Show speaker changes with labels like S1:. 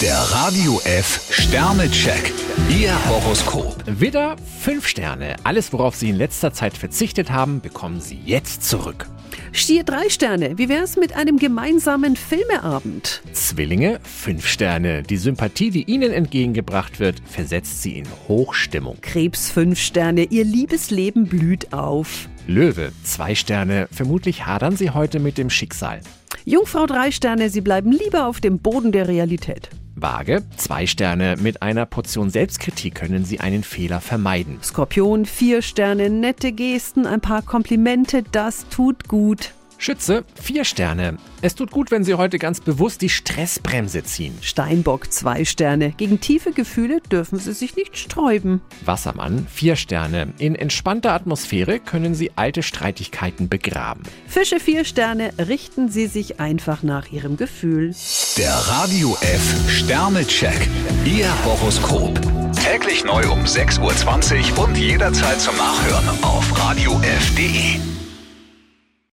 S1: Der Radio F Sternecheck. Ihr Horoskop.
S2: Widder, 5 Sterne. Alles, worauf Sie in letzter Zeit verzichtet haben, bekommen Sie jetzt zurück.
S3: Stier drei Sterne. Wie wär's mit einem gemeinsamen Filmeabend?
S2: Zwillinge, 5 Sterne. Die Sympathie, die Ihnen entgegengebracht wird, versetzt Sie in Hochstimmung.
S3: Krebs fünf Sterne. Ihr Liebesleben blüht auf.
S2: Löwe, 2 Sterne. Vermutlich hadern Sie heute mit dem Schicksal.
S3: Jungfrau drei Sterne. Sie bleiben lieber auf dem Boden der Realität.
S2: Waage, 2 Sterne. Mit einer Portion Selbstkritik können Sie einen Fehler vermeiden.
S3: Skorpion vier Sterne. Nette Gesten, ein paar Komplimente. Das tut gut.
S2: Schütze, 4 Sterne. Es tut gut, wenn Sie heute ganz bewusst die Stressbremse ziehen.
S3: Steinbock zwei Sterne. Gegen tiefe Gefühle dürfen Sie sich nicht sträuben.
S2: Wassermann, 4 Sterne. In entspannter Atmosphäre können Sie alte Streitigkeiten begraben.
S3: Fische vier Sterne. Richten Sie sich einfach nach Ihrem Gefühl.
S1: Der Radio F Sternecheck. Ihr Horoskop. Täglich neu um 6.20 Uhr und jederzeit zum Nachhören auf E.